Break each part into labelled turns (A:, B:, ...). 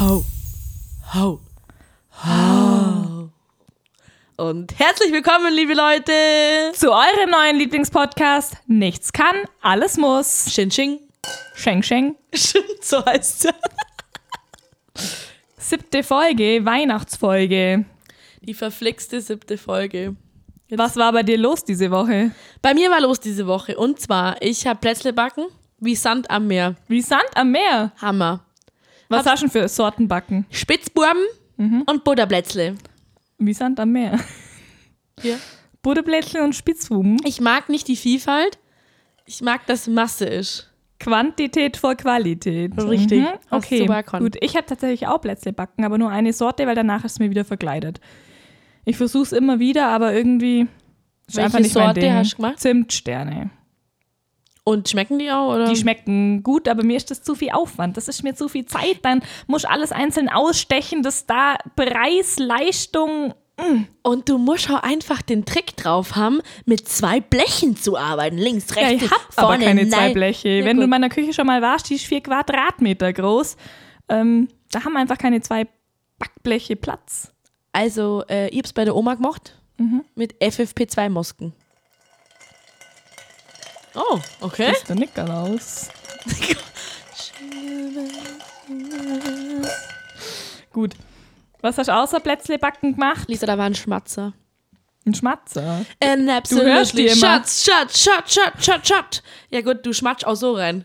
A: ho, ho, ho. Und herzlich willkommen, liebe Leute.
B: Zu eurem neuen Lieblingspodcast Nichts kann, alles muss.
A: Shing, shing.
B: Scheng, scheng.
A: So heißt ja.
B: Siebte Folge, Weihnachtsfolge.
A: Die verflixte siebte Folge.
B: Was war bei dir los diese Woche?
A: Bei mir war los diese Woche. Und zwar, ich habe Plätzle backen wie Sand am Meer.
B: Wie Sand am Meer.
A: Hammer.
B: Was hast du denn für Sorten backen?
A: Spitzbuben und Butterplätzle.
B: Wie Sand am Meer.
A: Ja.
B: Budeblättchen und Spitzbuben.
A: Ich mag nicht die Vielfalt. Ich mag, dass Masse ist.
B: Quantität vor Qualität.
A: Richtig.
B: Mhm.
A: Hast
B: Okay,
A: super erkannt.
B: gut. Ich habe tatsächlich auch Plätzle backen, aber nur eine Sorte, weil danach ist es mir wieder verkleidet. Ich versuche es immer wieder, aber irgendwie ist
A: Welche
B: einfach nicht mein
A: Sorte
B: Ding.
A: hast du gemacht?
B: Zimtsterne.
A: Und schmecken die auch, oder?
B: Die schmecken gut, aber mir ist das zu viel Aufwand. Das ist mir zu viel Zeit. Dann muss ich alles einzeln ausstechen, dass da Preis, Leistung.
A: Und du musst auch einfach den Trick drauf haben, mit zwei Blechen zu arbeiten. Links,
B: Ja,
A: rechts,
B: ich hab
A: vorne.
B: aber keine zwei
A: nein.
B: Bleche.
A: Ja,
B: Wenn du
A: gut.
B: in meiner Küche schon mal warst, die ist vier Quadratmeter groß. Ähm, da haben einfach keine zwei Backbleche Platz.
A: Also, äh, ich hab's bei der Oma gemacht.
B: Mhm.
A: Mit FFP2-Masken. Oh, okay.
B: Ist der Nikolaus. Gut. Was hast du außer Plätzle backen gemacht?
A: Lisa, da war ein Schmatzer.
B: Ein Schmatzer.
A: An absolutely
B: Äh, hörst die immer.
A: Schatz, Schatz, Schatz, Schatz, Schatz, Schatz. Ja gut, du schmatsch auch so rein.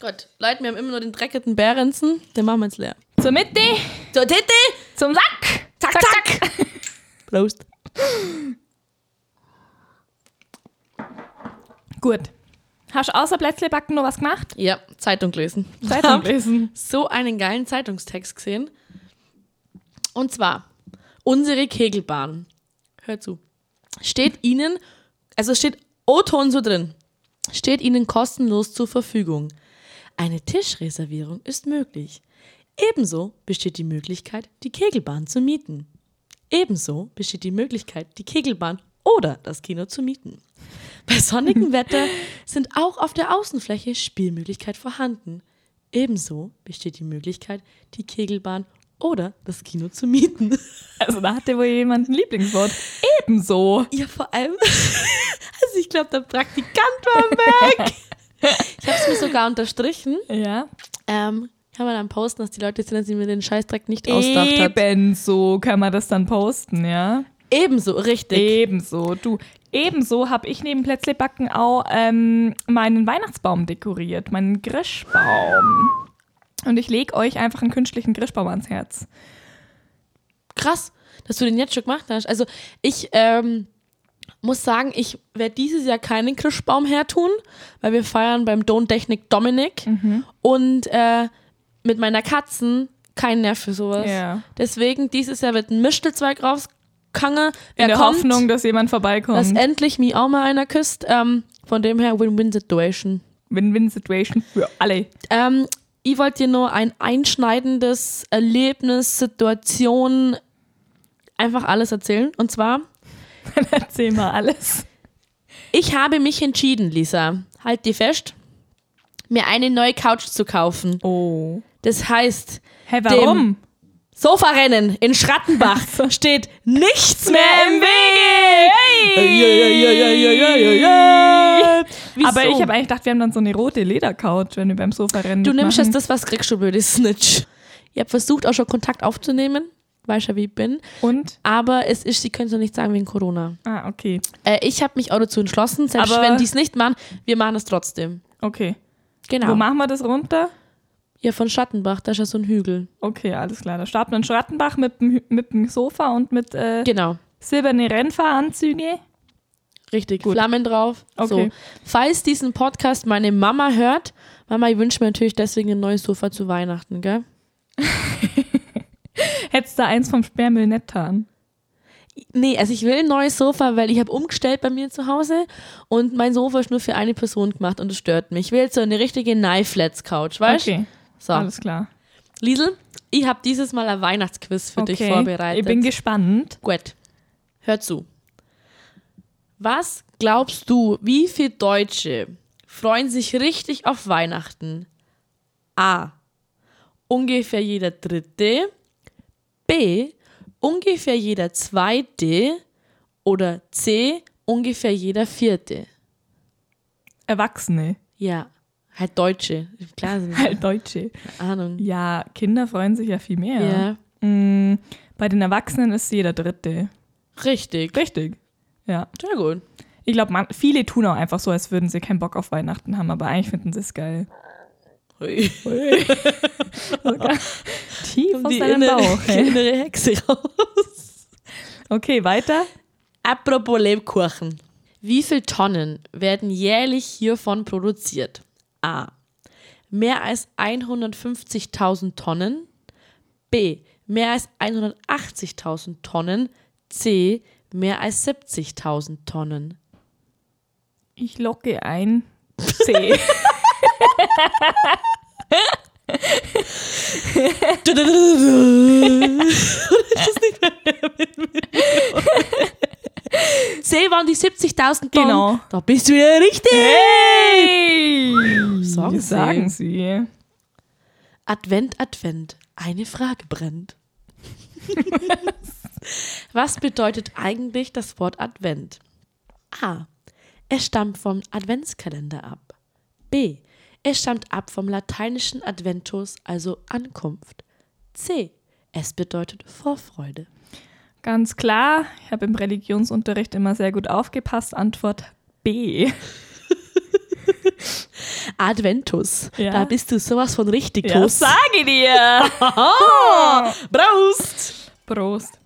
A: Gott, Leute, wir haben immer nur den dreckigen Bärensen. Den machen wir jetzt leer.
B: Zur Mitte,
A: So, Tete!
B: zum Sack.
A: Zack, zack! Prost.
B: Gut. Hast du außer Plätzle backen noch was gemacht?
A: Ja, Zeitung gelesen.
B: Zeitung lesen.
A: So einen geilen Zeitungstext gesehen. Und zwar, unsere Kegelbahn. Hör zu. Steht Ihnen, also steht O-Ton so drin, steht Ihnen kostenlos zur Verfügung. Eine Tischreservierung ist möglich. Ebenso besteht die Möglichkeit, die Kegelbahn zu mieten. Ebenso besteht die Möglichkeit, die Kegelbahn oder das Kino zu mieten. Bei sonnigem Wetter sind auch auf der Außenfläche Spielmöglichkeit vorhanden. Ebenso besteht die Möglichkeit, die Kegelbahn oder das Kino zu mieten.
B: Also da hatte wohl jemand ein Lieblingswort. Ebenso.
A: Ja, vor allem, also ich glaube, der Praktikant war am Werk. Ich habe es mir sogar unterstrichen.
B: Ja.
A: Ähm, kann man dann posten, dass die Leute sind, dass sie mir den Scheißdreck nicht ausgedacht hat.
B: Ebenso kann man das dann posten, ja.
A: Ebenso, richtig.
B: Ebenso. Du, ebenso habe ich neben Plätzlebacken auch ähm, meinen Weihnachtsbaum dekoriert, meinen Grischbaum. Und ich lege euch einfach einen künstlichen Grischbaum ans Herz.
A: krass, dass du den jetzt schon gemacht hast. Also ich ähm, muss sagen, ich werde dieses Jahr keinen Christbaum hertun, weil wir feiern beim Don Technik Dominik
B: Mhm.
A: und äh, mit meiner Katzen keinen Nerv für sowas.
B: Ja.
A: Deswegen, dieses Jahr wird ein Mistelzweig rausgegangen.
B: In
A: Wer
B: der
A: kommt,
B: Hoffnung, dass jemand
A: dass
B: vorbeikommt.
A: endlich mich auch mal einer küsst. Ähm, von dem her Win-Win-Situation.
B: Win-Win-Situation für alle.
A: Ähm, ich wollte dir nur ein einschneidendes Erlebnis, Situation, einfach alles erzählen. Und zwar,
B: Erzähl mal alles.
A: Ich habe mich entschieden, Lisa, halt dir fest, mir eine neue Couch zu kaufen.
B: Oh.
A: Das heißt,
B: Hä, warum?
A: Sofarennen in Schrattenbach steht nichts mehr im Weg. Wieso?
B: Aber ich habe eigentlich gedacht, wir haben dann so eine rote Ledercouch, wenn wir beim Sofa rennen.
A: Du nimmst jetzt
B: das.
A: das, was kriegst du, blöde Snitch. Ich habe versucht, auch schon Kontakt aufzunehmen. Weißt ja, wie ich bin.
B: Und?
A: Aber es ist, sie können es noch nicht sagen wegen Corona.
B: Ah, okay.
A: Äh, ich habe mich auch dazu entschlossen, selbst
B: Aber-
A: wenn die es nicht machen, wir machen es trotzdem.
B: Okay.
A: Genau.
B: Wo machen wir das runter?
A: Ja, von Schattenbach, da ist ja so ein Hügel.
B: Okay, alles klar. Da starten wir in Schrattenbach mit dem, Hü- mit dem Sofa und mit äh,
A: Genau,
B: silberne Rennfahranzüge.
A: richtig.
B: Gut.
A: Flammen drauf.
B: Okay.
A: So. Falls diesen Podcast meine Mama hört, Mama, ich wünsche mir natürlich deswegen ein neues Sofa zu Weihnachten, gell?
B: Hättest du da eins vom Sperrmüll nicht getan?
A: Nee, also ich will ein neues Sofa, weil ich habe umgestellt bei mir zu Hause und mein Sofa ist nur für eine Person gemacht und es stört mich. Ich will jetzt so eine richtige Knife-Flats-Couch, weißt du?
B: Okay,
A: So,
B: alles klar.
A: Liesel, ich habe dieses Mal ein Weihnachtsquiz für dich
B: okay.
A: vorbereitet.
B: Ich bin gespannt.
A: Gut. Hör zu. Was glaubst du, wie viele Deutsche freuen sich richtig auf Weihnachten? A. ungefähr jeder dritte, B ungefähr jeder zweite oder C ungefähr jeder vierte.
B: Erwachsene,
A: Ja, halt Deutsche. Klar sind
B: halt Deutsche.
A: keine Ahnung.
B: Ja, Kinder freuen sich ja viel mehr.
A: Ja,
B: Mm, Bei den Erwachsenen ist jeder Dritte.
A: richtig.
B: Richtig. Ja.
A: Sehr gut.
B: Ich glaube, viele tun auch einfach so, als würden sie keinen Bock auf Weihnachten haben, aber eigentlich finden sie es geil.
A: Hui.
B: Sogar Tief
A: Kommt
B: aus deinem Bauch.
A: die
B: ey.
A: innere Hexe raus.
B: Okay, weiter.
A: Apropos Lebkuchen. Wie viel Tonnen werden jährlich hiervon produziert? A. Mehr als 150.000 Tonnen. B. Mehr als 180.000 Tonnen. C. Mehr als 70.000 Tonnen.
B: Ich locke ein C.
A: C waren die 70.000 Tonnen.
B: Genau.
A: Da bist du ja richtig.
B: Hey!
A: Sagen Sie.
B: Sagen sie.
A: Advent, Advent, eine Frage brennt. Was bedeutet eigentlich das Wort Advent? A. Es stammt vom Adventskalender ab. B. Es stammt ab vom lateinischen Adventus, also Ankunft. C. Es bedeutet Vorfreude.
B: Ganz klar, ich habe im Religionsunterricht immer sehr gut aufgepasst. Antwort B.
A: Adventus.
B: Ja.
A: Da bist du sowas von richtig. Prost.
B: sage dir.
A: Braust!
B: Prost.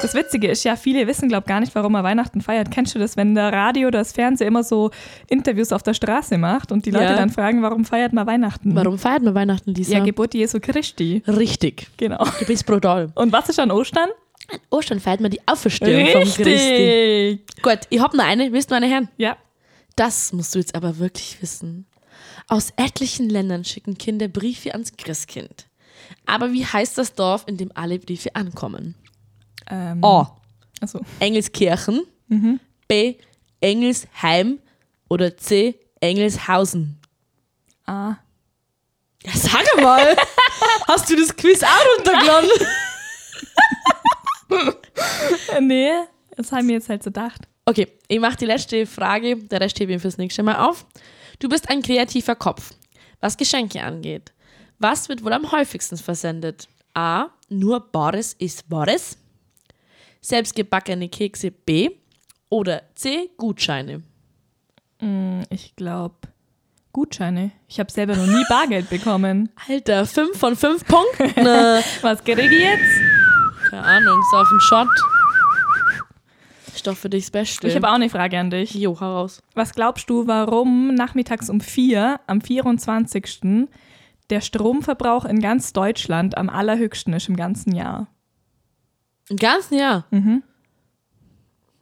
B: Das Witzige ist ja, viele wissen, glaube gar nicht, warum er Weihnachten feiert. Kennst du das, wenn der Radio oder das Fernsehen immer so Interviews auf der Straße macht und die Leute
A: Ja.
B: dann fragen, warum feiert man Weihnachten?
A: Warum feiert man Weihnachten, Lisa?
B: Ja, Geburt Jesu Christi.
A: richtig.
B: Genau.
A: Du bist brutal.
B: Und was ist an Ostern?
A: An Ostern Oh, feiert man die Auferstehung von Christi. Gut, ich hab noch eine. Willst du eine hören?
B: Ja.
A: Das musst du jetzt aber wirklich wissen. Aus etlichen Ländern schicken Kinder Briefe ans Christkind. Aber wie heißt das Dorf, in dem alle Briefe ankommen?
B: Ähm,
A: A.
B: Also,
A: Engelskirchen. B. Engelsheim. Oder C. Engelshausen.
B: A.
A: Ja, sag mal. hast du das Quiz auch runtergeladen?
B: Nee, das haben wir jetzt halt so gedacht.
A: Okay, ich mache die letzte Frage, der Rest hebe ich fürs nächste Mal auf. Du bist ein kreativer Kopf, was Geschenke angeht. Was wird wohl am häufigsten versendet? A. Nur Boris ist Boris. Selbstgebackene Kekse B. Oder C. Gutscheine.
B: Mm, Ich glaube, Gutscheine. Ich habe selber noch nie Bargeld bekommen.
A: Alter, 5 von 5 Punkten. Äh,
B: Was kriege ich jetzt?
A: Keine Ahnung, so auf den Shot. Stoff für dich Special.
B: Ich habe auch eine Frage an dich.
A: Jo, heraus.
B: Was glaubst du, warum nachmittags um 4 am 24. der Stromverbrauch in ganz Deutschland am allerhöchsten ist im ganzen Jahr?
A: Im ganzen Jahr.
B: Mhm.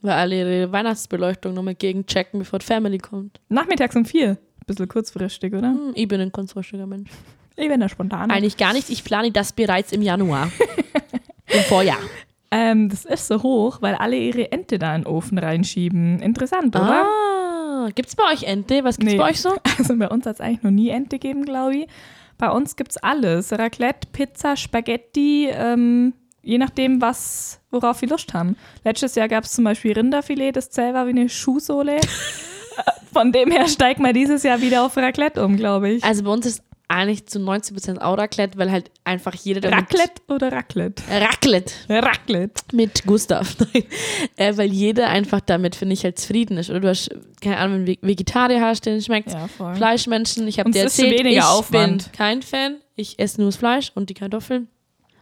A: Weil alle ihre Weihnachtsbeleuchtung nochmal gegenchecken, bevor die Family kommt.
B: Nachmittags um 4. Bisschen kurzfristig, oder?
A: Hm, Ich bin ein kurzfristiger Mensch.
B: Hm. Ich bin da spontan.
A: Eigentlich gar nicht. Ich plane das bereits im Januar. Im Vorjahr.
B: Ähm, das ist so hoch, weil alle ihre Ente da in den Ofen reinschieben. Interessant, oder?
A: Ah, gibt's bei euch Ente? Was gibt's
B: Nee.
A: bei euch so?
B: Also bei uns hat es eigentlich noch nie Ente gegeben, glaube ich. Bei uns gibt es alles. Raclette, Pizza, Spaghetti, ähm, je nachdem, was, worauf wir Lust haben. Letztes Jahr gab es zum Beispiel Rinderfilet, das zählt war wie eine Schuhsohle. Äh, Von dem her steigt man dieses Jahr wieder auf Raclette um, glaube ich.
A: Also bei uns ist eigentlich zu 90% auch Raclette, weil halt einfach jeder der
B: Raclette oder Raclette?
A: Mit, Raclette
B: Raclette.
A: mit Gustav. Nein. Äh, weil jeder einfach damit, finde ich, halt zufrieden ist. Oder du hast, keine Ahnung, wenn du Vegetarier hast, den schmeckt
B: Ja, voll.
A: Fleischmenschen. Ich habe
B: Und
A: dir
B: es ist
A: erzählt,
B: weniger
A: ich
B: Aufwand.
A: bin kein Fan. Ich esse nur das Fleisch und die Kartoffeln.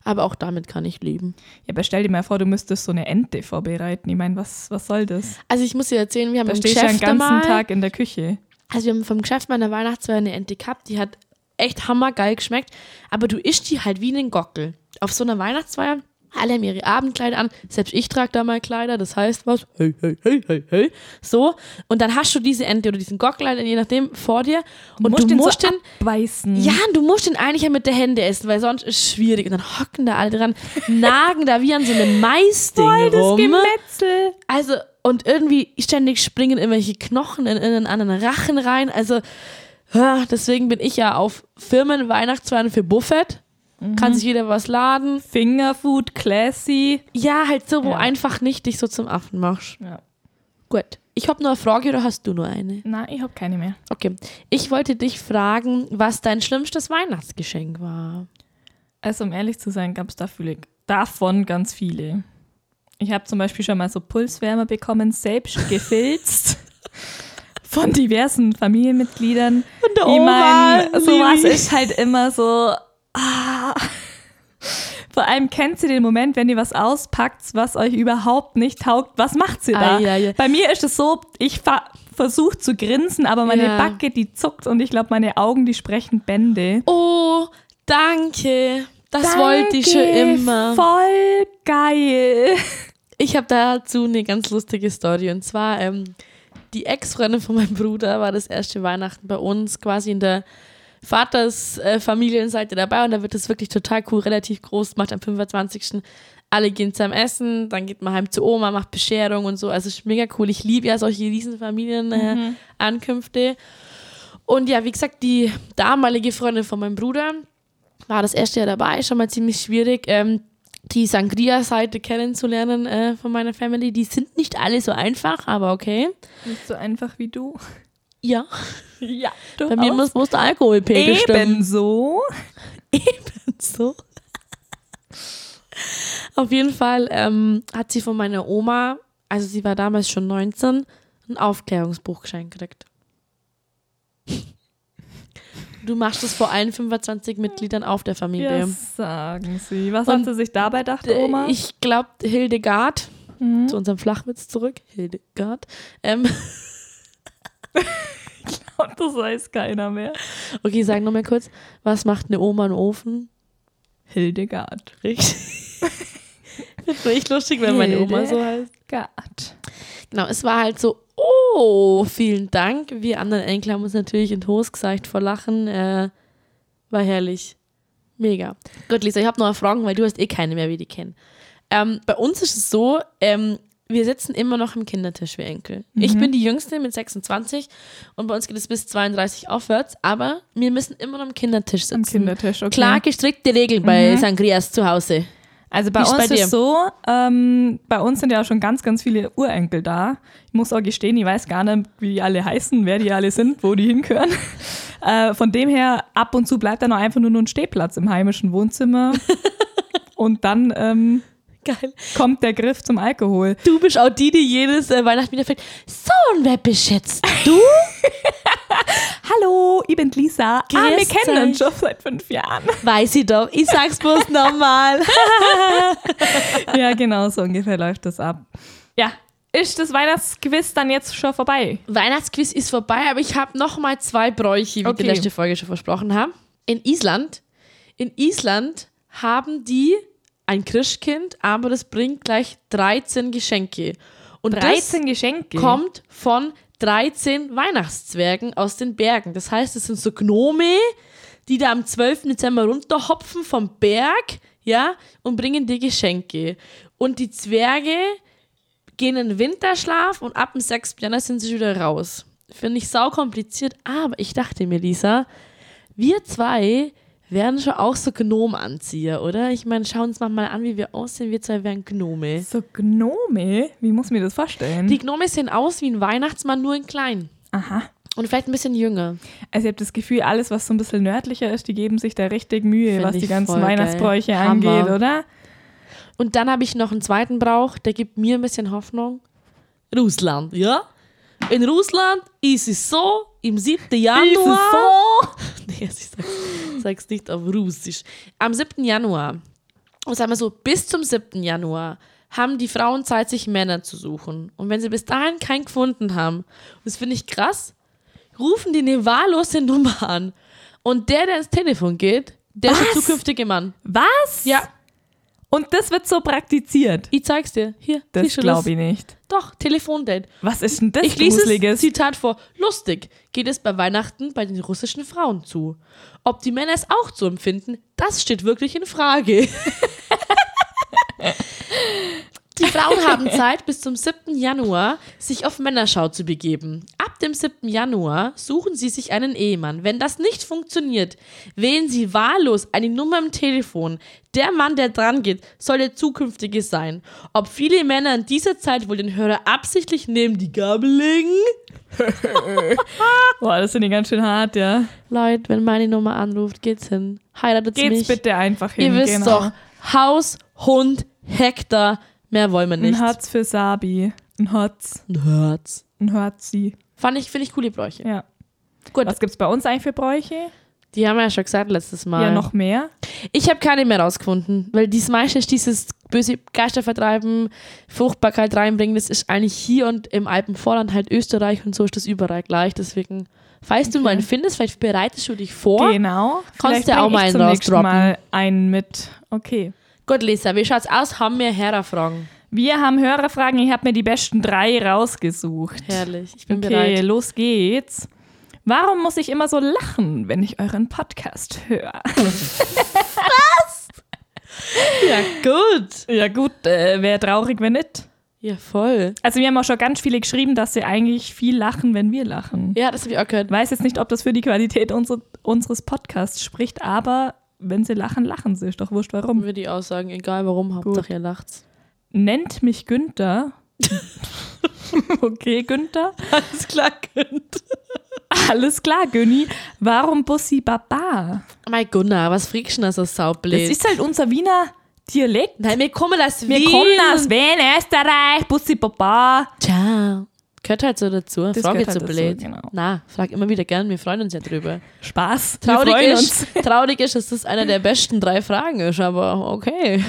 A: Aber auch damit kann ich leben.
B: Ja, aber stell dir mal vor, du müsstest so eine Ente vorbereiten. Ich meine, was, was soll das?
A: Also ich muss dir erzählen, wir haben
B: Da
A: im
B: stehst du ja den
A: Geschäft
B: ganzen
A: einmal-
B: Tag in der Küche.
A: Also wir haben vom Geschäft meiner Weihnachtsfeier eine Ente gehabt, die hat echt hammergeil geschmeckt, aber du ischst die halt wie einen Gockel. Auf so einer Weihnachtsfeier, alle haben ihre Abendkleider an, selbst ich trage da mal Kleider, das heißt was, hey, hey, hey, hey, hey, so. Und dann hast du diese Ente oder diesen Gockel, halt, je nachdem, vor dir und du musst
B: so
A: den...
B: abbeißen.
A: Ja, und du musst den eigentlich ja mit der Hände essen, weil sonst ist schwierig. Und dann hocken da alle dran, nagen da wie an so einem Maisding
B: Voll das
A: rum.
B: Gemetzel.
A: Also, und irgendwie ständig springen irgendwelche Knochen in, in einen anderen Rachen rein. Also, ah, deswegen bin ich ja auf Firmenweihnachtsfeiern für Buffett.
B: Mhm.
A: Kann sich jeder was laden.
B: Fingerfood, classy.
A: Ja, halt so, wo
B: Ja.
A: einfach nicht dich so zum Affen machst.
B: Ja.
A: Gut. Ich habe nur eine Frage oder hast du nur eine?
B: Nein, ich habe keine mehr.
A: Okay. Ich wollte dich fragen, was dein schlimmstes Weihnachtsgeschenk war.
B: Also um ehrlich zu sein, gab es da viele, davon ganz viele. Ich habe zum Beispiel schon mal so Pulswärme bekommen, selbst gefilzt von diversen Familienmitgliedern.
A: Von der
B: ich
A: Oma,
B: meine, sowas
A: Lili.
B: ist halt immer so. Ah. Vor allem kennt sie den Moment, wenn ihr was auspackt, was euei überhaupt nicht taugt. Was macht sie da?
A: Ei, ei, ei.
B: Bei mir ist es so, ich versuche zu grinsen, aber meine
A: Ja.
B: Backe, die zuckt und ich glaube, meine Augen, die sprechen Bände.
A: Oh, danke. Das wollte ich schon
B: Danke,
A: immer.
B: Voll geil.
A: Ich habe dazu eine ganz lustige Story. Und zwar, ähm, die Ex-Freundin von meinem Bruder war das erste Weihnachten bei uns, quasi in der Vatersfamilienseite äh, Familienseite dabei. Und da wird das wirklich total cool, relativ groß, macht am 25. Alle gehen zusammen essen, dann geht man heim zu Oma, macht Bescherung und so. Also ist mega cool. Ich liebe ja solche riesen Familienankünfte. Äh, Ankünfte. Und ja, wie gesagt, die damalige Freundin von meinem Bruder war das erste Jahr dabei, schon mal ziemlich schwierig, ähm, die Sangria-Seite kennenzulernen äh, von meiner Family. Die sind nicht alle so einfach, aber okay.
B: Nicht so einfach wie du.
A: Ja,
B: Ja.
A: bei mir muss, muss der Alkoholpegel stimmen.
B: Ebenso.
A: So. Auf jeden Fall ähm, hat sie von meiner Oma, also sie war damals schon 19, ein Aufklärungsbuch geschenkt gekriegt. Du machst es vor allen 25 Mitgliedern auf der Familie.
B: Ja, sagen Sie. Was
A: Und
B: hat sie sich dabei gedacht,
A: Äh,
B: Oma?
A: Ich glaube, Hildegard,
B: Mhm.
A: zu unserem Flachwitz zurück, Hildegard. Ähm,
B: Und das weiß keiner mehr.
A: okay, sag nochmal kurz, was macht eine Oma im Ofen?
B: Hildegard.
A: Richtig. Das wäre echt lustig, wenn meine Oma so heißt.
B: Hildegard.
A: Genau, es war halt so, oh, vielen Dank. Wir anderen Enkel haben uns natürlich in Hose gesagt vor Lachen. Äh, war herrlich. Mega. Gut, Lisa, ich habe noch Fragen, weil du hast eh keine mehr, wie die kennen. Ähm, bei uns ist es so, ähm, wir sitzen immer noch am Kindertisch, wir Enkel. Ich bin die Jüngste mit 26 und bei uns geht es bis 32 aufwärts, aber wir müssen immer noch am Kindertisch sitzen.
B: Am Kindertisch, okay.
A: Klar gestrickte Regeln bei Sangrias zu Hause.
B: Also bei
A: Wie ist
B: uns
A: bei dir?
B: ist so, ähm, bei uns sind ja schon ganz, ganz viele Urenkel da. Ich muss auch gestehen, ich weiß gar nicht, wie die alle heißen, wer die alle sind, wo die hingehören. Äh, von dem her, ab und zu bleibt dann auch einfach nur noch ein Stehplatz im heimischen Wohnzimmer. und dann ähm,
A: Geil.
B: kommt der Griff zum Alkohol.
A: Du bist auch die, die jedes äh, Weihnachten wieder fragt, so und wer bist jetzt du?
B: Hallo, ich bin Lisa. ah, wir
A: Grüß
B: kennen uns
A: euch.
B: schon seit fünf Jahren.
A: Weiß ich doch, ich sag's bloß nochmal.
B: ja, genau, so ungefähr läuft das ab. Ja, ist das Weihnachtsquiz dann jetzt schon vorbei?
A: Weihnachtsquiz ist vorbei, aber ich habe nochmal zwei Bräuche, wie
B: Okay.
A: wir letzte Folge schon versprochen haben. In Island, in Island haben die ein Christkind, aber das bringt gleich 13 Geschenke. Und
B: 13 Geschenke.
A: das kommt von 13 Weihnachtszwergen aus den Bergen. Das heißt, es sind so Gnome, die da am 12. Dezember runterhopfen vom Berg, ja, und bringen dir Geschenke. Und die Zwerge gehen in den Winterschlaf und ab dem 6. Januar sind sie wieder raus. Finde ich sau kompliziert, aber ich dachte mir, Lisa, wir zwei wären schon auch so Gnomanzieher, oder? Ich meine, schauen uns mal an, wie wir aussehen. Wir zwei wären Gnome.
B: So Gnome? Wie muss ich mir das vorstellen?
A: Die Gnome sehen aus wie ein Weihnachtsmann, nur in klein.
B: Aha.
A: Und vielleicht ein bisschen jünger.
B: Also ich habe das Gefühl, alles, was so ein bisschen nördlicher ist, die geben sich da richtig Mühe,
A: Find
B: was
A: ich
B: die ganzen
A: voll geil.
B: Weihnachtsbräuche
A: Hammer.
B: angeht, oder?
A: Und dann habe ich noch einen zweiten Brauch, der gibt mir ein bisschen Hoffnung. Russland, ja? In Russland ist es so, im 7. Januar. Nee, also ich sag's, sag's nicht auf Russisch. Am 7. Januar, und sagen wir so, bis zum 7. Januar haben die Frauen Zeit, sich Männer zu suchen. Und wenn sie bis dahin keinen gefunden haben, und das finde ich krass, rufen die eine wahllose Nummer an. Und der, der ins Telefon geht, der ist der
B: Was?
A: zukünftige Mann.
B: Was?
A: Ja,
B: Und das wird so praktiziert.
A: ich zeig's dir. Hier,
B: Das glaube ich nicht.
A: Doch, Telefondate.
B: Was ist denn das
A: Ich lese das
B: Gruseliges?
A: Zitat vor. Lustig geht es bei Weihnachten bei den russischen Frauen zu. Ob die Männer es auch so empfinden, das steht wirklich in Frage. die Frauen haben Zeit, bis zum 7. Januar sich auf Männerschau zu begeben. Ab Ab dem 7. Januar suchen Sie sich einen Ehemann. Wenn das nicht funktioniert, wählen Sie wahllos eine Nummer im Telefon. Der Mann, der dran geht, soll der zukünftige sein. Ob viele Männer in dieser Zeit wohl den Hörer absichtlich neben die Gabel legen?
B: Boah, das sind die ganz schön hart, ja.
A: Leute, wenn meine Nummer anruft, geht's hin. Heiratet
B: Geht's
A: mich.
B: bitte einfach hin.
A: Ihr wisst
B: genau.
A: doch, Haus, Hund, Hektar, mehr wollen wir nicht.
B: Ein Herz für Sabi. Ein Herz.
A: Ein Herz.
B: Ein Herzi.
A: Fand ich, finde ich coole Bräuche.
B: Ja.
A: Gut,
B: Was gibt's bei uns eigentlich für Bräuche?
A: die haben wir ja schon gesagt letztes Mal.
B: Ja, noch mehr.
A: Ich habe keine mehr rausgefunden, weil dies meistens dieses böse Geister vertreiben, Fruchtbarkeit reinbringen, das ist eigentlich hier und im Alpenvorland halt Österreich und so ist das überall gleich. Deswegen, falls du mal einen findest, vielleicht bereitest du dich vor.
B: Genau.
A: Oh, du ja auch
B: bring
A: mal
B: ich
A: einen
B: zum nächsten
A: rausdroppen.
B: Mal einen mit. Okay.
A: Gut, Lisa, wie schaut's aus? Haben wir Hererfragen?
B: Wir haben Hörerfragen. Ich habe mir die besten drei rausgesucht.
A: Herrlich, ich bin
B: okay,
A: bereit.
B: los geht's. Warum muss ich immer so lachen, wenn ich euren Podcast höre?
A: Ja, gut.
B: Ja gut, äh, wäre traurig, wenn nicht.
A: Ja, voll.
B: Also wir haben auch schon ganz viele geschrieben, dass sie eigentlich viel lachen, wenn wir lachen.
A: Ja, das habe ich auch gehört.
B: Weiß jetzt nicht, ob das für die Qualität unser, unseres Podcasts spricht, aber wenn sie lachen, lachen sie. Ist doch wurscht, warum.
A: Würde ich auch sagen, egal warum, Hauptsache ihr lacht's.
B: Nennt mich Günther. okay, Günther.
A: Alles klar, Kind.
B: Alles klar, Günni. Warum Bussi Baba?
A: Mein Gunnar, was frickst du denn so
B: Das
A: saublöd?
B: ist halt unser Wiener Dialekt.
A: Nein, wir kommen aus
B: Wir
A: Wien.
B: kommen aus Wien, Österreich. Bussi Baba.
A: Ciao. Gehört halt so dazu.
B: Das
A: frag
B: gehört
A: jetzt so
B: halt dazu,
A: blöd.
B: genau.
A: Na, frag immer wieder gern. Wir freuen uns ja drüber.
B: Spaß. Wir
A: Traurig
B: freuen
A: ist,
B: uns.
A: traurig ist, dass das einer der besten drei Fragen ist, aber okay.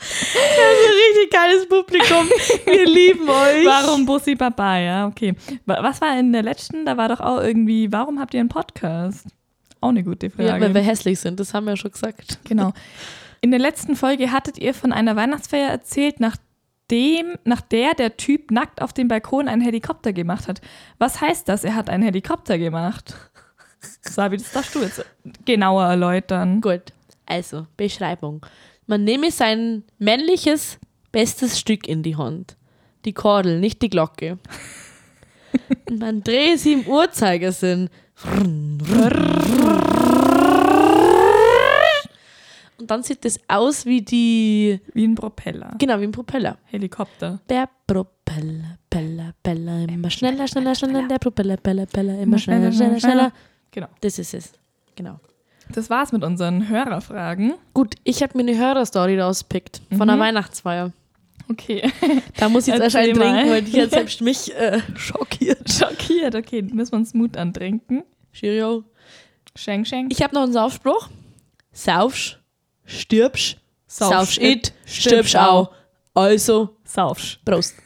A: richtig geiles Publikum. Wir lieben euch.
B: Warum Bussi Baba? Ja, okay. Wa- Was war in der letzten? Da war doch auch irgendwie, warum habt ihr einen Podcast? Auch eine gute
A: Ja,
B: Frage.
A: weil wir hässlich sind, das haben wir ja schon gesagt.
B: Genau. In der letzten Folge hattet ihr von einer Weihnachtsfeier erzählt, nachdem, nach der der Typ nackt auf dem Balkon einen Helikopter gemacht hat. Was heißt das? Er hat einen Helikopter gemacht. Sabi, das darfst du jetzt genauer erläutern.
A: Gut, also Beschreibung. Man nehme sein männliches bestes Stück in die Hand. Die Kordel, nicht die Glocke. Und man drehe sie im Uhrzeigersinn. Und dann sieht das aus wie die,
B: Wie ein Propeller.
A: genau, wie ein Propeller.
B: Helikopter.
A: Der Propeller, Peller, Peller, immer schneller, schneller, schneller, der Propeller, Peller, Peller, immer schneller, schneller, schneller.
B: Genau.
A: Das ist es, genau.
B: Das war's mit unseren Hörerfragen.
A: Gut, ich habe mir eine Hörerstory rauspickt von einer Weihnachtsfeier.
B: Okay.
A: Mhm. Da muss ich jetzt erst
B: Erzähl
A: einen trinken,
B: mal.
A: weil die hat selbst mich äh, schockiert.
B: Schockiert. Okay, müssen wir uns Mut antrinken.
A: Cheerio.
B: Schenk, schenk.
A: Ich habe noch einen Saufspruch. Saufsch, stirbsch, saufsch it, stirbsch
B: stirbsch
A: auch. Also,
B: Saufsch.
A: Prost.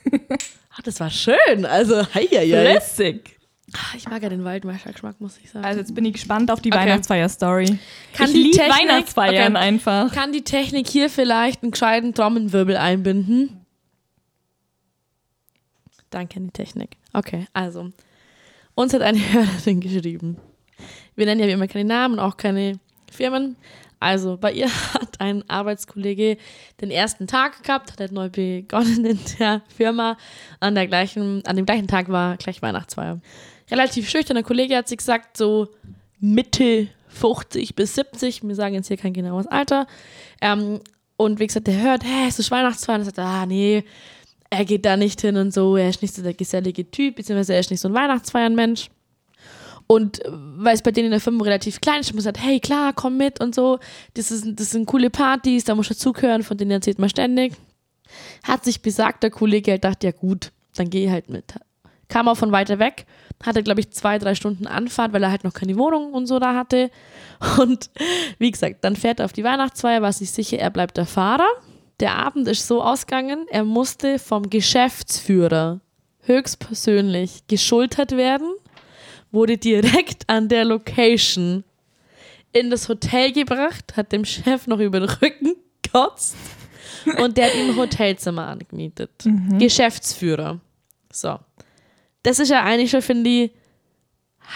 A: Ah, das war schön. Also, hei, hei, hei.
B: Lässig.
A: Ah, Ich mag ja den Waldmeistergeschmack, muss ich sagen.
B: Also jetzt bin ich gespannt auf die
A: Okay.
B: Weihnachtsfeier-Story.
A: Kann
B: ich
A: die
B: liebe
A: Technik-
B: Weihnachtsfeiern
A: Okay.
B: einfach.
A: Kann die Technik hier vielleicht einen gescheiten Trommelwirbel einbinden? Danke an die Technik. Okay, also. Uns hat eine Hörerin geschrieben. Wir nennen ja wie immer keine Namen, auch keine Firmen. Also, bei ihr hat ein Arbeitskollege den ersten Tag gehabt, hat halt neu begonnen in der Firma. An, der gleichen, an dem gleichen Tag war gleich Weihnachtsfeier. Relativ schüchterner Kollege hat sie gesagt, so Mitte 50 bis 70. Wir sagen jetzt hier kein genaues Alter. Ähm, und wie gesagt, der hört, hä, ist das Weihnachtsfeier? Und er sagt, ah, nee, er geht da nicht hin und so. Er ist nicht so der gesellige Typ, beziehungsweise er ist nicht so ein Weihnachtsfeiern-Mensch. Und äh, weil es bei denen in der Firma relativ klein ist, muss sagt, hey, klar, komm mit und so. Das, ist, das sind coole Partys, da musst du zuhören, von denen erzählt man ständig. Hat sich besagter Kollege halt gedacht, ja gut, dann geh halt mit. Kam auch von weiter weg, hatte, glaube ich, zwei, drei Stunden Anfahrt, weil er halt noch keine Wohnung und so da hatte. Und wie gesagt, dann fährt er auf die Weihnachtsfeier, war sich sicher, er bleibt der Fahrer. Der Abend ist so ausgegangen, er musste vom Geschäftsführer höchstpersönlich geschultert werden, wurde direkt an der Location in das Hotel gebracht, hat dem Chef noch über den Rücken gekotzt und der hat ihm ein Hotelzimmer angemietet. Geschäftsführer. So. Das ist ja eigentlich schon, finde ich,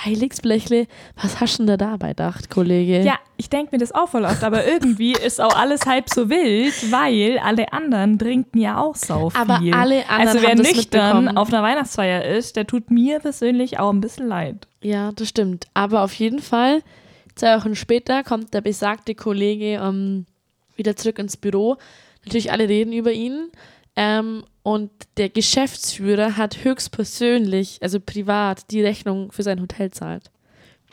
A: Heiligsblechle, was hast du denn da dabei gedacht, Kollege?
B: Ja, ich denke mir das auch voll oft, aber irgendwie ist auch alles halb so wild, weil alle anderen trinken ja auch sau viel.
A: Aber alle anderen
B: also wer
A: haben das
B: nüchtern
A: mitbekommen.
B: auf einer Weihnachtsfeier ist, der tut mir persönlich auch ein bisschen leid.
A: Ja, das stimmt. Aber auf jeden Fall, zwei Wochen später kommt der besagte Kollege ähm, wieder zurück ins Büro. Natürlich alle reden über ihn. Ähm, und der Geschäftsführer hat höchstpersönlich, also privat, die Rechnung für sein Hotel zahlt.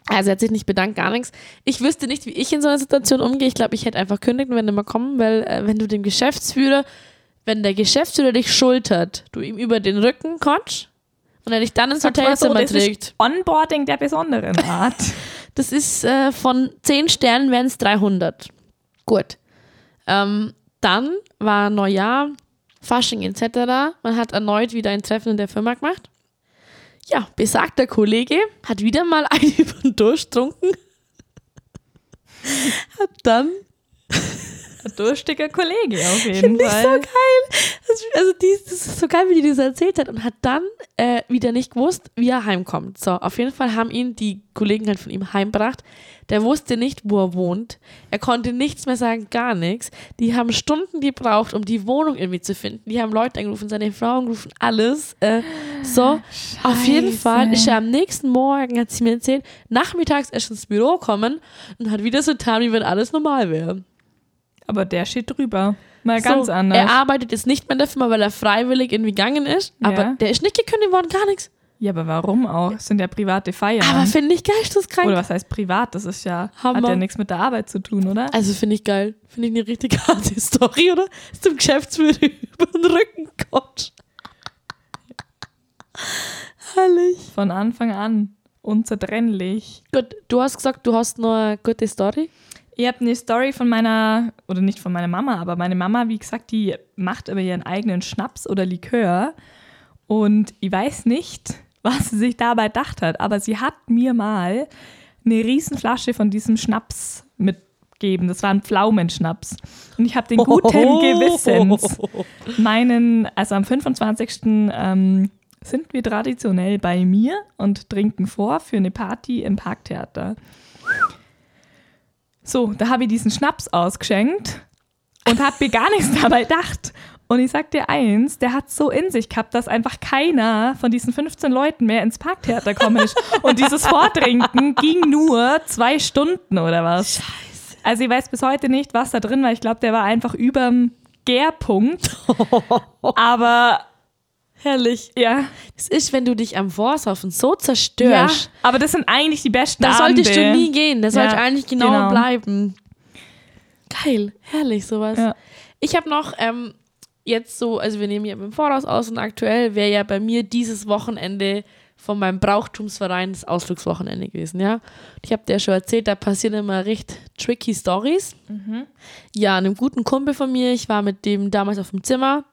A: Also er hat sich nicht bedankt, gar nichts. Ich wüsste nicht, wie ich in so einer Situation umgehe. Ich glaube, ich hätte einfach kündigen, wenn du mal kommen, weil äh, wenn du dem Geschäftsführer, wenn der Geschäftsführer dich schultert, du ihm über den Rücken kotsch und er dich dann ins
B: Sagt man so,
A: Hotelzimmer
B: das ist
A: trägt.
B: Onboarding der besonderen Art.
A: Das ist äh, von 10 Sternen wären es 300. Gut. Ähm, dann war Neujahr, Fasching etc. Man hat erneut wieder ein Treffen in der Firma gemacht. Ja, besagter Kollege hat wieder mal einen über den Durchtrunken. Hat dann,
B: Ein durstiger Kollege auf jeden
A: nicht so
B: Fall.
A: geil, das- also die, das ist so geil, wie die das erzählt hat und hat dann äh, wieder nicht gewusst, wie er heimkommt. So, auf jeden Fall haben ihn die Kollegen halt von ihm heimgebracht. Der wusste nicht, wo er wohnt. Er konnte nichts mehr sagen, gar nichts. Die haben Stunden gebraucht, um die Wohnung irgendwie zu finden. Die haben Leute angerufen, seine Frau angerufen, alles. Äh, so, auf jeden Fall ist er am nächsten Morgen, hat sie mir erzählt, nachmittags erst ins Büro gekommen und hat wieder so getan, wie wenn alles normal wäre.
B: Aber der steht drüber. Mal ganz
A: So,
B: anders.
A: Er arbeitet jetzt nicht mehr in der Firma, weil er freiwillig irgendwie gegangen ist.
B: Ja.
A: Aber der ist nicht gekündigt worden, gar nichts.
B: ja, aber warum auch? Es sind ja private Feiern.
A: Aber finde ich geisteskrank.
B: Oder was heißt privat? Das ist ja, hat
A: Hammer.
B: ja nichts mit der Arbeit zu tun, oder?
A: Also finde ich geil. Finde ich eine richtig harte Story, oder? Ist dem Geschäftsführer über den Rücken kommt. Herrlich.
B: Von Anfang an. Unzertrennlich.
A: Gut, du hast gesagt, du hast noch eine gute Story.
B: Ihr habt eine Story von meiner, oder nicht von meiner Mama, aber meine Mama, wie gesagt, die macht aber ihren eigenen Schnaps oder Likör. Und ich weiß nicht, was sie sich dabei gedacht hat, aber sie hat mir mal eine Riesenflasche von diesem Schnaps mitgegeben. Das war ein Pflaumenschnaps. Und ich habe den guten Gewissens meinen, also am 25. Ähm, sind wir traditionell bei mir und trinken vor für eine Party im Parktheater. So, da habe ich diesen Schnaps ausgeschenkt und habe mir gar nichts dabei gedacht. Und ich sag dir eins, der hat so in sich gehabt, dass einfach keiner von diesen 15 Leuten mehr ins Parktheater kommen ist. Und dieses Vortrinken ging nur zwei Stunden oder was. Also ich weiß bis heute nicht, was da drin war. Ich glaube, der war einfach überm Gärpunkt. Aber
A: Herrlich.
B: ja,
A: Es ist, wenn du dich am Vorsaufen so
B: ja.
A: zerstörst.
B: Aber das sind eigentlich die besten
A: Da
B: Abende.
A: solltest du nie gehen. Da sollte
B: Ja,
A: eigentlich genau,
B: genau.
A: bleiben. Geil, herrlich sowas.
B: Ja.
A: Ich habe noch ähm, jetzt so, also wir nehmen ja im Voraus aus und aktuell wäre ja bei mir dieses Wochenende von meinem Brauchtumsverein das Ausflugswochenende gewesen, ja. Und Ich habe dir ja schon erzählt, da passieren immer recht tricky Stories.
B: Mhm.
A: Ja, einem guten Kumpel von mir, ich war mit dem damals auf dem Zimmer.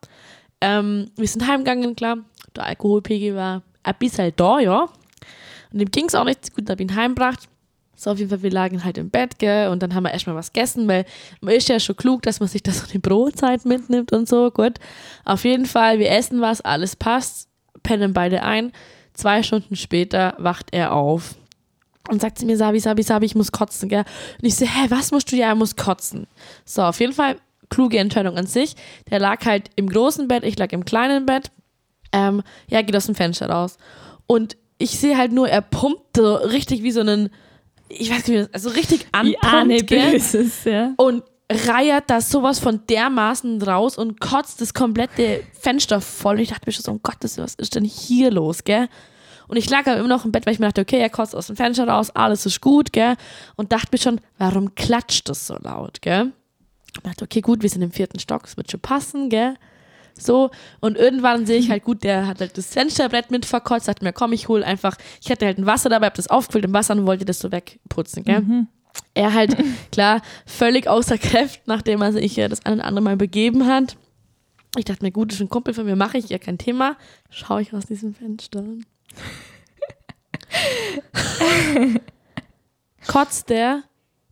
A: Ähm, wir sind heimgegangen, klar. Der Alkoholpegel war ein bisschen da, ja. Und dem ging es auch nicht so gut, hab ihn heimgebracht. So, auf jeden Fall, wir lagen halt im Bett, gell, und dann haben wir erstmal was gegessen, weil man ist ja schon klug, dass man sich das so die Brotzeit mitnimmt und so, gut. Auf jeden Fall, wir essen was, alles passt, pennen beide ein. Zwei Stunden später wacht er auf und sagt zu mir, Sabi, Sabi, Sabi, ich muss kotzen, gell. Und ich so, hä, was musst du? Ja, er muss kotzen. So, auf jeden Fall, kluge Entscheidung an sich. Der lag halt im großen Bett, ich lag im kleinen Bett ähm, ja, geht aus dem Fenster raus. Und ich sehe halt nur, er pumpt so richtig wie so einen, ich weiß nicht, wie das, also richtig
B: Die Ahne
A: anpumpt, gell?
B: Böses, ja.
A: Und reiert das sowas von dermaßen raus und kotzt das komplette Fenster voll. Und ich dachte mir schon so, um Gottes Willen, was ist denn hier los, gell? Und ich lag aber immer noch im Bett, weil ich mir dachte, okay, er kotzt aus dem Fenster raus, alles ist gut, gell? Und dachte mir schon, warum klatscht das so laut, gell? Und dachte, okay, gut, wir sind im vierten Stock, es wird schon passen, gell? So, und irgendwann sehe ich halt, gut, der hat halt das Fensterbrett mit verkotzt, dachte mir, komm, ich hol einfach, ich hatte halt ein Wasser dabei, hab das aufgefüllt im Wasser und wollte das so wegputzen, gell? Er halt, klar, völlig außer Kräfte, nachdem er sich ja das ein oder andere Mal begeben hat. Ich dachte mir, gut, ist ein Kumpel von mir, mache ich ja kein Thema. Schaue ich aus diesem Fenster. Kotzt der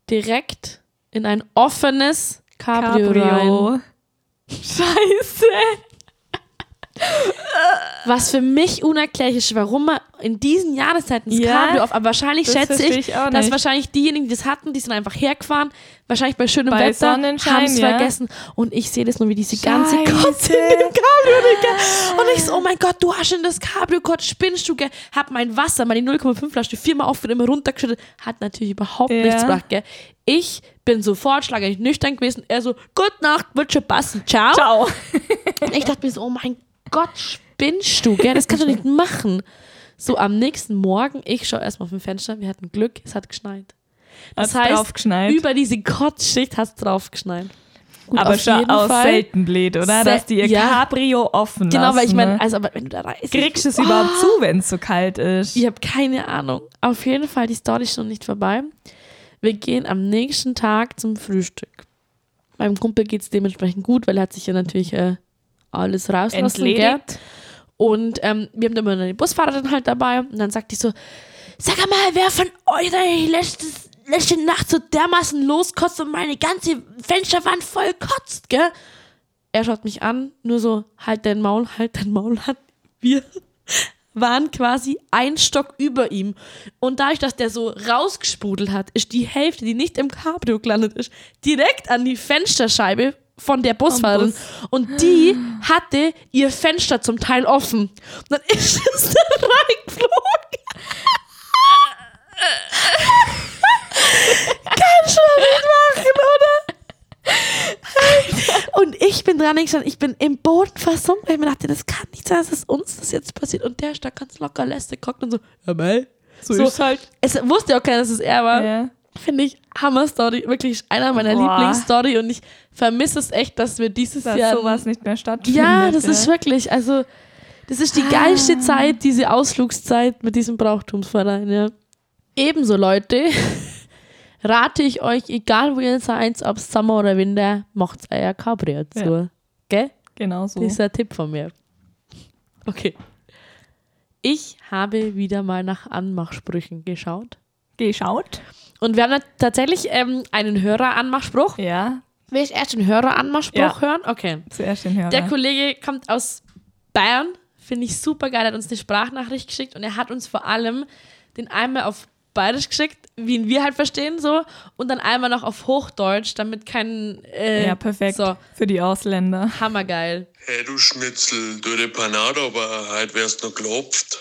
A: direkt in ein offenes Cabrio, Cabrio. rein.
B: Cabrio. Scheiße.
A: Was für mich unerklärlich ist, warum man in diesen Jahreszeiten das
B: Ja,
A: Cabrio auf, aber wahrscheinlich
B: das
A: schätze
B: verstehe
A: ich,
B: ich auch
A: dass
B: nicht.
A: wahrscheinlich diejenigen, die das hatten, die sind einfach hergefahren, wahrscheinlich bei schönem
B: Bei
A: Wetter, haben es
B: Sonnenschein, ja.
A: vergessen. Und ich sehe das nur, wie diese ganze
B: Scheiße.
A: Kotze in dem Cabrio liegt. Und ich so, oh mein Gott, du hast in das Cabrio Gott, spinnst du, gell? Hab mein Wasser, meine 0,5 Flasche viermal aufgenommen, immer runtergeschüttet. Hat natürlich überhaupt
B: Ja.
A: nichts gebracht, gell? Ich bin sofort schlagartig nüchtern gewesen. Er so, gute Nacht, wird schon passen, ciao.
B: Ciao.
A: Und ich dachte mir so, oh mein Gott, spinnst du, gell? Das kannst du nicht machen. So, am nächsten Morgen, ich schaue erstmal auf dem Fenster, wir hatten Glück, es hat geschneit. Das
B: Hat's draufgeschneit.
A: heißt, über diese Kotzschicht hat es draufgeschneit. Gut,
B: aber
A: auf
B: schon
A: jeden
B: auch
A: Fall.
B: selten blöd, oder?
A: Se-
B: Dass die ihr
A: ja.
B: Cabrio offen
A: Genau,
B: lassen.
A: weil ich meine,
B: ne?
A: also, Ah. aber wenn du da reist.
B: Kriegst du es überhaupt zu, wenn es so kalt ist?
A: Ich habe keine Ahnung. Auf jeden Fall, die Story ist noch nicht vorbei. Wir gehen am nächsten Tag zum Frühstück. Meinem Kumpel geht es dementsprechend gut, weil er hat sich ja natürlich äh, alles rauslassen. Gell?
B: Entledigt.
A: Und ähm, wir haben dann immer eine Busfahrerin halt dabei. Und dann sagt die so, sag mal, wer von euch hat letztes, letzte Nacht so dermaßen loskotzt und meine ganze Fensterwand voll kotzt, gell? Er schaut mich an, nur so, halt dein Maul, halt dein Maul an. Wir waren quasi ein Stock über ihm. Und dadurch, dass der so rausgesprudelt hat, ist die Hälfte, die nicht im Cabrio gelandet ist, direkt an die Fensterscheibe von der Busfahrerin.
B: Bus.
A: Und die hatte ihr Fenster zum Teil offen. Und dann ist es da reingeflogen. Und ich bin dran gestanden, ich bin im Boden versunken, weil ich mir dachte, das kann nicht sein, dass es uns das jetzt passiert. Und der ist da ganz locker lästig geguckt und so, ja mei.
B: So,
A: So. äh,
B: ist halt.
A: Es wusste ja auch keiner, dass es er war.
B: Ja.
A: Finde ich Hammer-Story, wirklich einer meiner
B: Boah.
A: Lieblingsstory und ich vermisse es echt, dass wir dieses
B: Dass
A: Jahr...
B: sowas nicht mehr stattfindet.
A: ja, das ist wirklich, also das ist
B: Ah.
A: die geilste Zeit, diese Ausflugszeit mit diesem Brauchtumsverein, ja. Ebenso, Leute, rate ich euch, egal wo ihr seid, ob Sommer oder Winter, macht euer Cabrio zu.
B: Ja.
A: Gell?
B: Genau so.
A: Dieser Tipp von mir. Okay. Ich habe wieder mal nach Anmachsprüchen geschaut.
B: Geschaut.
A: Und wir haben da tatsächlich ähm, einen Hörer-Anmachspruch.
B: Ja,
A: Will ich erst den Hörer-Anmachspruch
B: Ja.
A: hören? Okay.
B: zuerst den Hörer.
A: Der Kollege kommt aus Bayern, finde ich super geil. Er hat uns eine Sprachnachricht geschickt und er hat uns vor allem den einmal auf Bayerisch geschickt, wie ihn wir halt verstehen, so. Und dann einmal noch auf Hochdeutsch, damit kein. Äh,
B: ja, perfekt.
A: So,
B: Für die Ausländer.
A: hammergeil.
C: Hey Äh, du Schnitzel, du de Panade, aber heute wärst noch gelopft.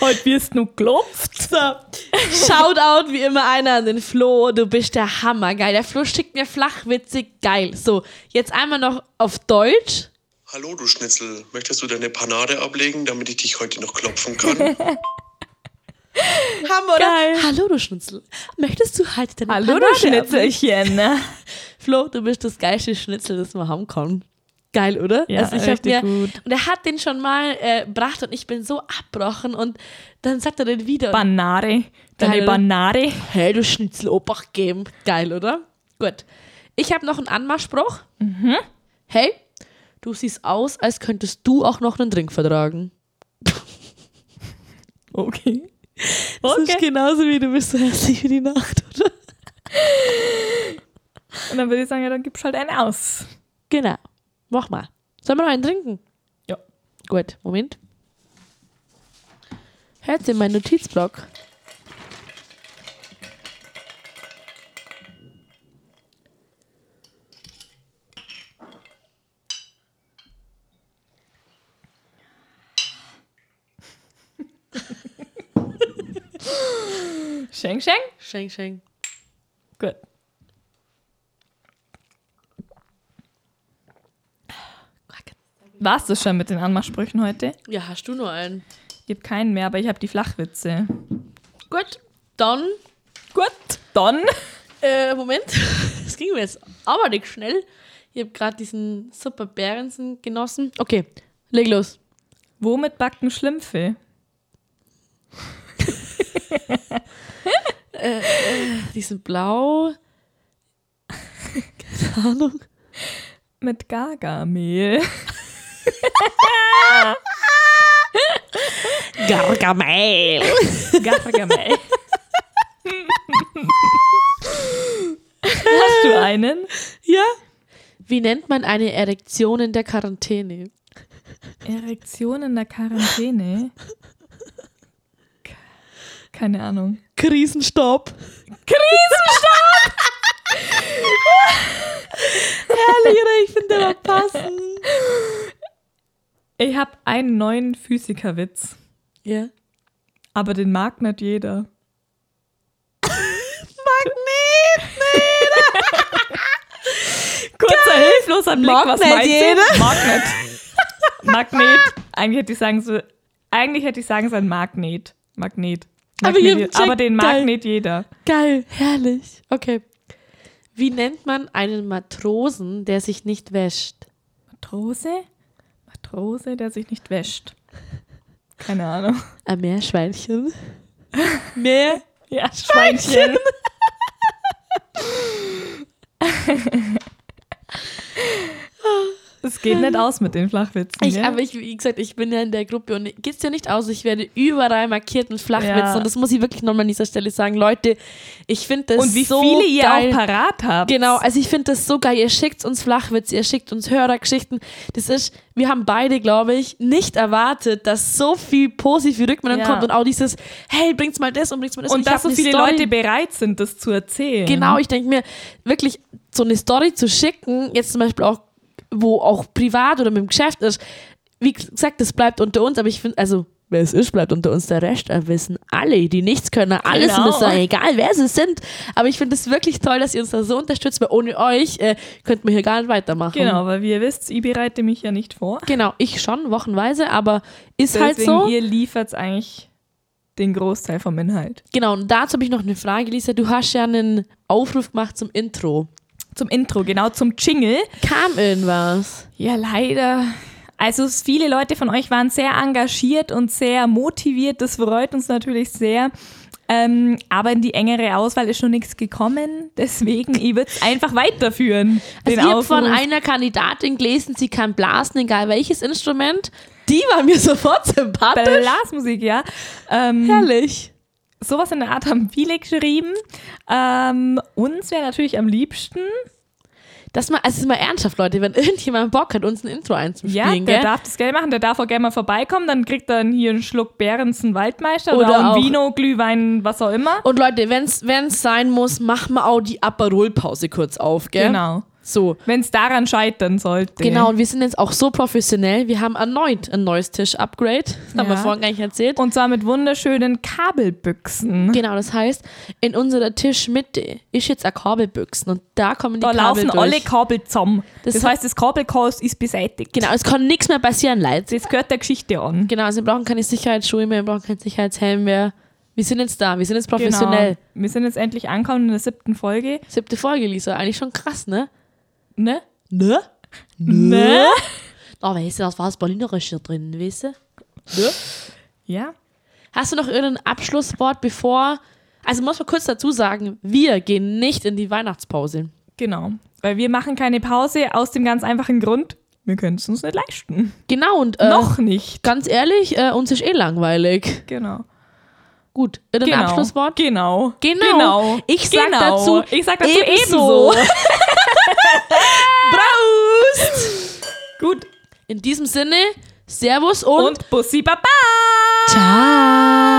B: Heute wirst du geklopft.
A: So, Shoutout wie immer einer an den Flo. Du bist der Hammer, geil. Der Flo schickt mir flachwitzig, geil. So, jetzt einmal noch auf Deutsch.
C: Hallo du Schnitzel, möchtest du deine Panade ablegen, damit ich dich heute noch klopfen kann?
A: Hammer, oder?
B: Geil.
A: Hallo, du Schnitzel. Möchtest du halt deine
B: Hallo, du
A: Panade
B: Schnitzelchen.
A: Flo, du bist das geilste Schnitzel, das man haben kann. Geil, oder? Also
B: Ja,
A: ich hab
B: richtig gut.
A: Und er hat den schon mal äh, gebracht und ich bin so abbrochen und dann sagt er den wieder. und,
B: Banare. Deine
A: Geil.
B: Banare.
A: hey, du Schnitzel, Obacht geben. Geil, oder? Gut. Ich habe noch einen Anmachspruch. Mhm. Hey, du siehst aus, als könntest du auch noch einen Drink vertragen.
B: Okay.
A: Das ist
B: Okay.
A: genauso wie du bist so hässlich wie die Nacht, oder?
B: Und dann würde ich sagen, ja, dann gibst halt einen aus.
A: Genau. Mach mal. Sollen wir noch einen trinken?
B: Ja.
A: Gut, Moment. Hört ihr meinen Notizblock?
B: Schenk, schenk.
A: Schenk, schenk.
B: Gut. Warst du schon mit den Anmachsprüchen heute?
A: Ja, hast du nur einen.
B: Ich habe keinen mehr, aber ich habe die Flachwitze.
A: Gut, dann.
B: Gut, dann.
A: Äh, Moment. Das ging mir jetzt aber nicht schnell. Ich habe gerade diesen Super Bärensen genossen. Okay, leg los.
B: Womit backen Schlümpfe?
A: Die sind blau. Keine Ahnung.
B: Mit Gargamehl.
A: Gargamel.
B: Gargamel. Hast du einen?
A: Ja. Wie nennt man eine Erektion in der Quarantäne?
B: Erektion in der Quarantäne? Ke- Keine Ahnung.
A: Krisenstab. Herrlich, oder? Ich finde, der war passend.
B: Ich habe einen neuen Physikerwitz,
A: Ja.
B: aber den mag nicht jeder. Kurzer hilfloser Blick,
A: Mag
B: was
A: nicht
B: meinst
A: jeder.
B: du? Magnet. Magnet. Eigentlich hätte ich sagen so, eigentlich hätte ich sagen sollen Magnet. Magnet.
A: Aber ihr
B: Magnet-
A: checkt
B: aber den mag
A: geil.
B: nicht jeder.
A: Geil, herrlich. Okay. Wie nennt man einen Matrosen, der sich nicht wäscht?
B: Matrose? Matrose, der sich nicht wäscht. Keine Ahnung.
A: Ein Meerschweinchen. Meer.
B: Ja, Schweinchen. Es geht nicht aus mit den Flachwitzen.
A: Ich,
B: gell?
A: aber ich, wie gesagt, ich bin ja in der Gruppe und geht's dir nicht aus, ich werde überall markiert mit Flachwitzen
B: Ja.
A: und das muss ich wirklich nochmal an dieser Stelle sagen. Leute, ich finde das
B: Und wie
A: so
B: viele ihr
A: geil.
B: auch parat habt.
A: Genau, also ich finde das so geil. Ihr schickt uns Flachwitz, ihr schickt uns Hörergeschichten. Das ist, wir haben beide, glaube ich, nicht erwartet, dass so viel positive Rückmeldung
B: Ja.
A: kommt und auch dieses, hey, bringt's mal das und bringt's mal das.
B: Und
A: ich
B: dass so
A: hab eine
B: viele
A: Story.
B: Leute bereit sind, das zu erzählen.
A: Genau, ich denke mir, wirklich so eine Story zu schicken, jetzt zum Beispiel auch, wo auch privat oder mit dem Geschäft ist, wie gesagt, das bleibt unter uns, aber ich finde, also, wer es ist, bleibt unter uns, der Rest äh, wissen alle, die nichts können, alles
B: Genau.
A: müssen, egal wer sie sind. Aber ich finde es wirklich toll, dass ihr uns da so unterstützt, weil ohne euch äh, könnten wir hier gar nicht weitermachen.
B: Genau, weil wie ihr wisst, ich bereite mich ja nicht vor.
A: Genau, ich schon, wochenweise, aber ist halt
B: Deswegen,
A: so.
B: ihr liefert eigentlich den Großteil vom Inhalt.
A: Genau, und dazu habe ich noch eine Frage, Lisa. Du hast ja einen Aufruf gemacht zum Intro.
B: Zum Intro, genau, zum Jingle.
A: Kam irgendwas?
B: Ja, leider. Also es- viele Leute von euch waren sehr engagiert und sehr motiviert. Das freut uns natürlich sehr. Ähm, aber in die engere Auswahl ist schon nichts gekommen. Deswegen, ich würde es einfach weiterführen.
A: Also
B: den
A: ich habe
B: Aufruf.
A: von einer Kandidatin gelesen, sie kann blasen, egal welches Instrument. Die war mir sofort sympathisch.
B: Blasmusik, ja. Ähm,
A: Herrlich.
B: sowas in der Art haben viele geschrieben. Ähm, uns wäre natürlich am liebsten,
A: Das mal, also es ist mal ernsthaft, Leute, wenn irgendjemand Bock hat, uns ein Intro
B: ja,
A: einzuspielen,
B: der
A: gell?
B: darf das gerne machen, der darf auch gerne mal vorbeikommen, dann kriegt er hier einen Schluck Behrensen Waldmeister oder,
A: Oder
B: auch
A: auch-
B: ein Vino, Glühwein, was auch immer.
A: Und Leute, wenn's wenn's sein muss, machen wir auch die Aperol-Pause kurz auf, gell?
B: Genau.
A: So.
B: Wenn es daran scheitern sollte.
A: Genau, und wir sind jetzt auch so professionell, wir haben erneut ein neues Tisch-Upgrade. Haben wir
B: Ja.
A: vorhin gar nicht erzählt.
B: Und zwar mit wunderschönen Kabelbüchsen.
A: genau, das heißt, in unserer Tischmitte ist jetzt eine Kabelbüchsen und da kommen die
B: Da
A: Kabel
B: laufen
A: durch.
B: alle Kabel zusammen.
A: Das
B: Das,
A: hat-
B: heißt, das Kabelchaos ist beseitigt.
A: Genau, es kann nichts mehr passieren, Leute.
B: Das gehört der Geschichte an.
A: Genau, also wir brauchen keine Sicherheitsschuhe mehr, wir brauchen keinen Sicherheitshelm mehr. Wir sind jetzt da, wir sind jetzt professionell.
B: Genau. Wir sind jetzt endlich angekommen in der siebten Folge.
A: Siebte Folge, Lisa, eigentlich schon krass, ne?
B: Ne?
A: Ne?
B: Ne?
A: Oh, weißt du, das war das Berlinerische drin, weißt du?
B: Ja.
A: Hast du noch irgendein Abschlusswort, bevor... Also muss man kurz dazu sagen, wir gehen nicht in die Weihnachtspause.
B: Genau. Weil wir machen keine Pause aus dem ganz einfachen Grund, wir können es uns nicht leisten.
A: Genau, und äh,
B: Noch nicht.
A: ganz ehrlich, äh, uns ist eh langweilig.
B: Genau.
A: Gut, irgendein
B: genau.
A: Abschlusswort?
B: Genau.
A: Genau. Ich sag
B: genau.
A: dazu
B: Ich sag dazu
A: ebenso.
B: ebenso. Braust! Gut.
A: In diesem Sinne, Servus und...
B: Und Bussi Baba!
A: ciao!